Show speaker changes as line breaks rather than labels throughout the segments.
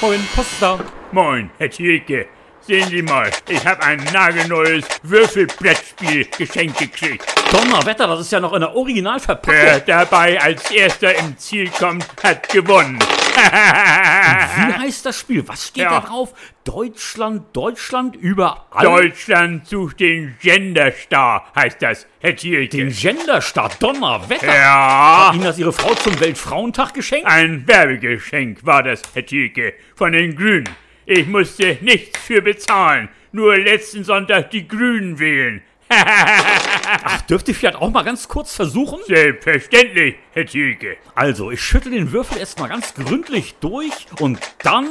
Moin, Potsdam.
Moin, Herr Thielke. Sehen Sie mal, ich habe ein nagelneues Würfelbrettspiel geschenkt gekriegt.
Donnerwetter, das ist ja noch in der Originalverpackung.
Wer dabei als erster im Ziel kommt, hat gewonnen.
Wie heißt das Spiel? Was steht
Ja.
da drauf? Deutschland, Deutschland, überall.
Deutschland sucht den Genderstar, heißt das, Herr Thielke.
Den Genderstaat, Donnerwetter.
ja,
Ihnen das Ihre Frau zum Weltfrauentag geschenkt?
ein Werbegeschenk war das, Herr Thielke, von den Grünen. Ich musste nichts für bezahlen, nur letzten Sonntag die Grünen wählen. Ah.
Dürfte ich vielleicht auch mal ganz kurz versuchen?
Selbstverständlich, Herr Thielke.
Also, ich schüttel den Würfel erstmal ganz gründlich durch und dann.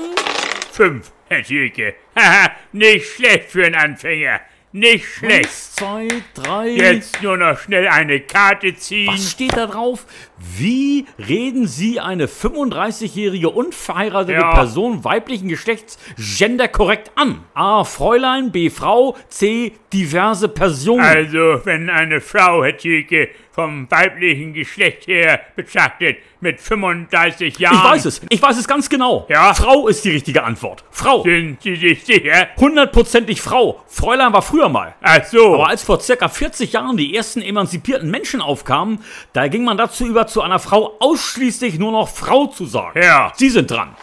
Fünf, Herr Thielke. Haha, nicht schlecht für einen Anfänger. Nicht schlecht.
Eins, zwei, drei.
Jetzt nur noch schnell eine Karte ziehen.
Hm? Was steht da drauf? Wie reden Sie eine 35-jährige unverheiratete
Ja.
Person weiblichen Geschlechts genderkorrekt an? A. Fräulein, B. Frau, C. Diverse Personen.
Also, wenn eine Frau, Herr Thielke, vom weiblichen Geschlecht her betrachtet, mit 35 Jahren...
ich weiß es, ich weiß es ganz genau.
Ja.
Frau ist die richtige Antwort. Frau.
Sind Sie sich sicher?
Hundertprozentig Frau. Fräulein war früher mal.
Ach so.
Aber als vor circa 40 Jahren die ersten emanzipierten Menschen aufkamen, da ging man dazu über, zu einer Frau ausschließlich nur noch Frau zu sagen.
Ja.
Sie sind dran.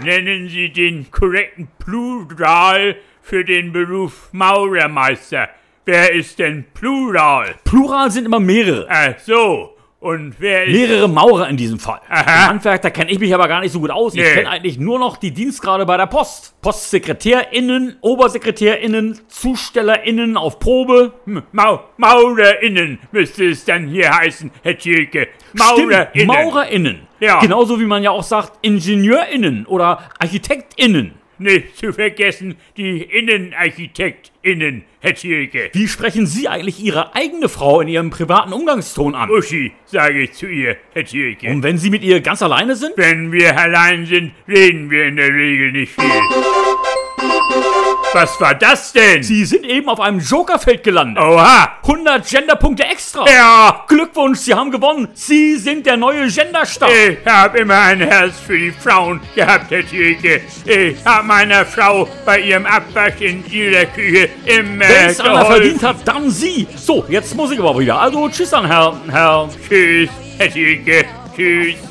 Nennen Sie den korrekten Plural für den Beruf Maurermeister. Wer ist denn Plural?
Plural sind immer mehrere.
Ach so. Und wer ist...
Mehrere Maurer in diesem Fall.
Aha.
Im Handwerk, da kenne ich mich aber gar nicht so gut aus. Ich
Nee.
kenne eigentlich nur noch die Dienstgrade bei der Post. PostsekretärInnen, ObersekretärInnen, ZustellerInnen auf Probe. Hm.
Mau MaurerInnen müsste es dann hier heißen, Herr Thielke. MaurerInnen.
Stimmt, MaurerInnen.
Ja.
Genauso wie man ja auch sagt IngenieurInnen oder ArchitektInnen.
Nicht zu vergessen, die InnenarchitektInnen, Herr Thielke.
Wie sprechen Sie eigentlich Ihre eigene Frau in Ihrem privaten Umgangston an?
Uschi, sage ich zu ihr, Herr Thielke.
Und wenn Sie mit ihr ganz alleine sind?
Wenn wir allein sind, reden wir in der Regel nicht viel. Was war das denn?
Sie sind eben auf einem Jokerfeld gelandet.
Oha!
100 Genderpunkte extra.
Ja!
Glückwunsch, Sie haben gewonnen. Sie sind der neue Genderstar.
Ich habe immer ein Herz für die Frauen gehabt, Herr Thielke. Ich habe meiner Frau bei ihrem Abwasch in ihrer Küche immer
Wenn es einer
geholfen.
verdient hat, dann Sie. So, jetzt muss ich aber wieder. Also, tschüss dann, Herr, Herr.
Tschüss, Herr Thielke. Tschüss.